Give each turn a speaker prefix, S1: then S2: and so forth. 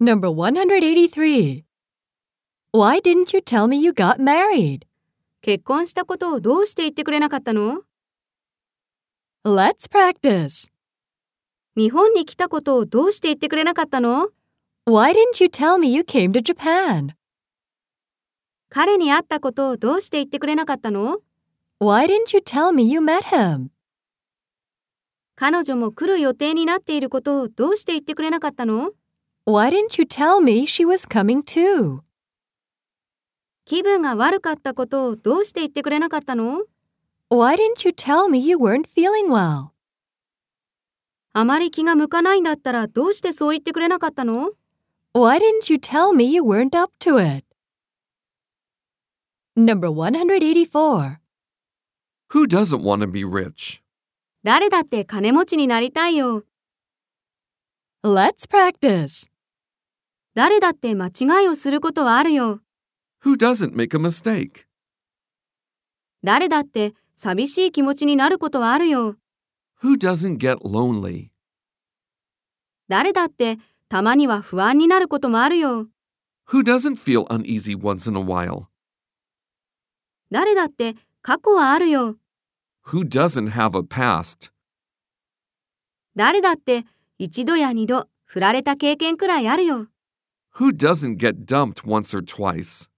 S1: Number 183. Why didn't you tell me you got married?
S2: 結婚したことをどうして言ってくれなかったの
S1: Let's practice.
S2: 日本に来たことをどうして言ってくれなかったの
S1: Why didn't you tell me you came to Japan?
S2: 彼に会ったことをどうして言ってくれなかったの
S1: Why didn't you tell me you met him?
S2: 彼女も来る予定になっていることをどうして言ってくれなかったの
S1: Why didn't you tell me she was coming too?
S2: 気分が悪かったことをどうして言ってくれなかったの
S1: Why didn't you tell me you weren't feeling well?
S2: あまり気が向かないんだったらどうしてそう言ってくれなかったの
S1: Why didn't you tell me you weren't up to it? Number 184.
S3: Who doesn't want to be rich?
S2: 誰だって金持ちになりたいよ。
S1: Let's practice.
S2: 誰だって間違いをすることはあるよ。
S3: Who doesn't make a mistake?
S2: 誰だって寂しい気持ちになることはあるよ。
S3: Who doesn't get lonely?
S2: 誰だってたまには不安になることもあるよ。
S3: Who doesn't feel uneasy once in a while?
S2: 誰だって過去はあるよ。
S3: Who doesn't have a past?
S2: 誰だって一度や二度振られた経験くらいあるよ。
S3: Who doesn't get dumped once or twice?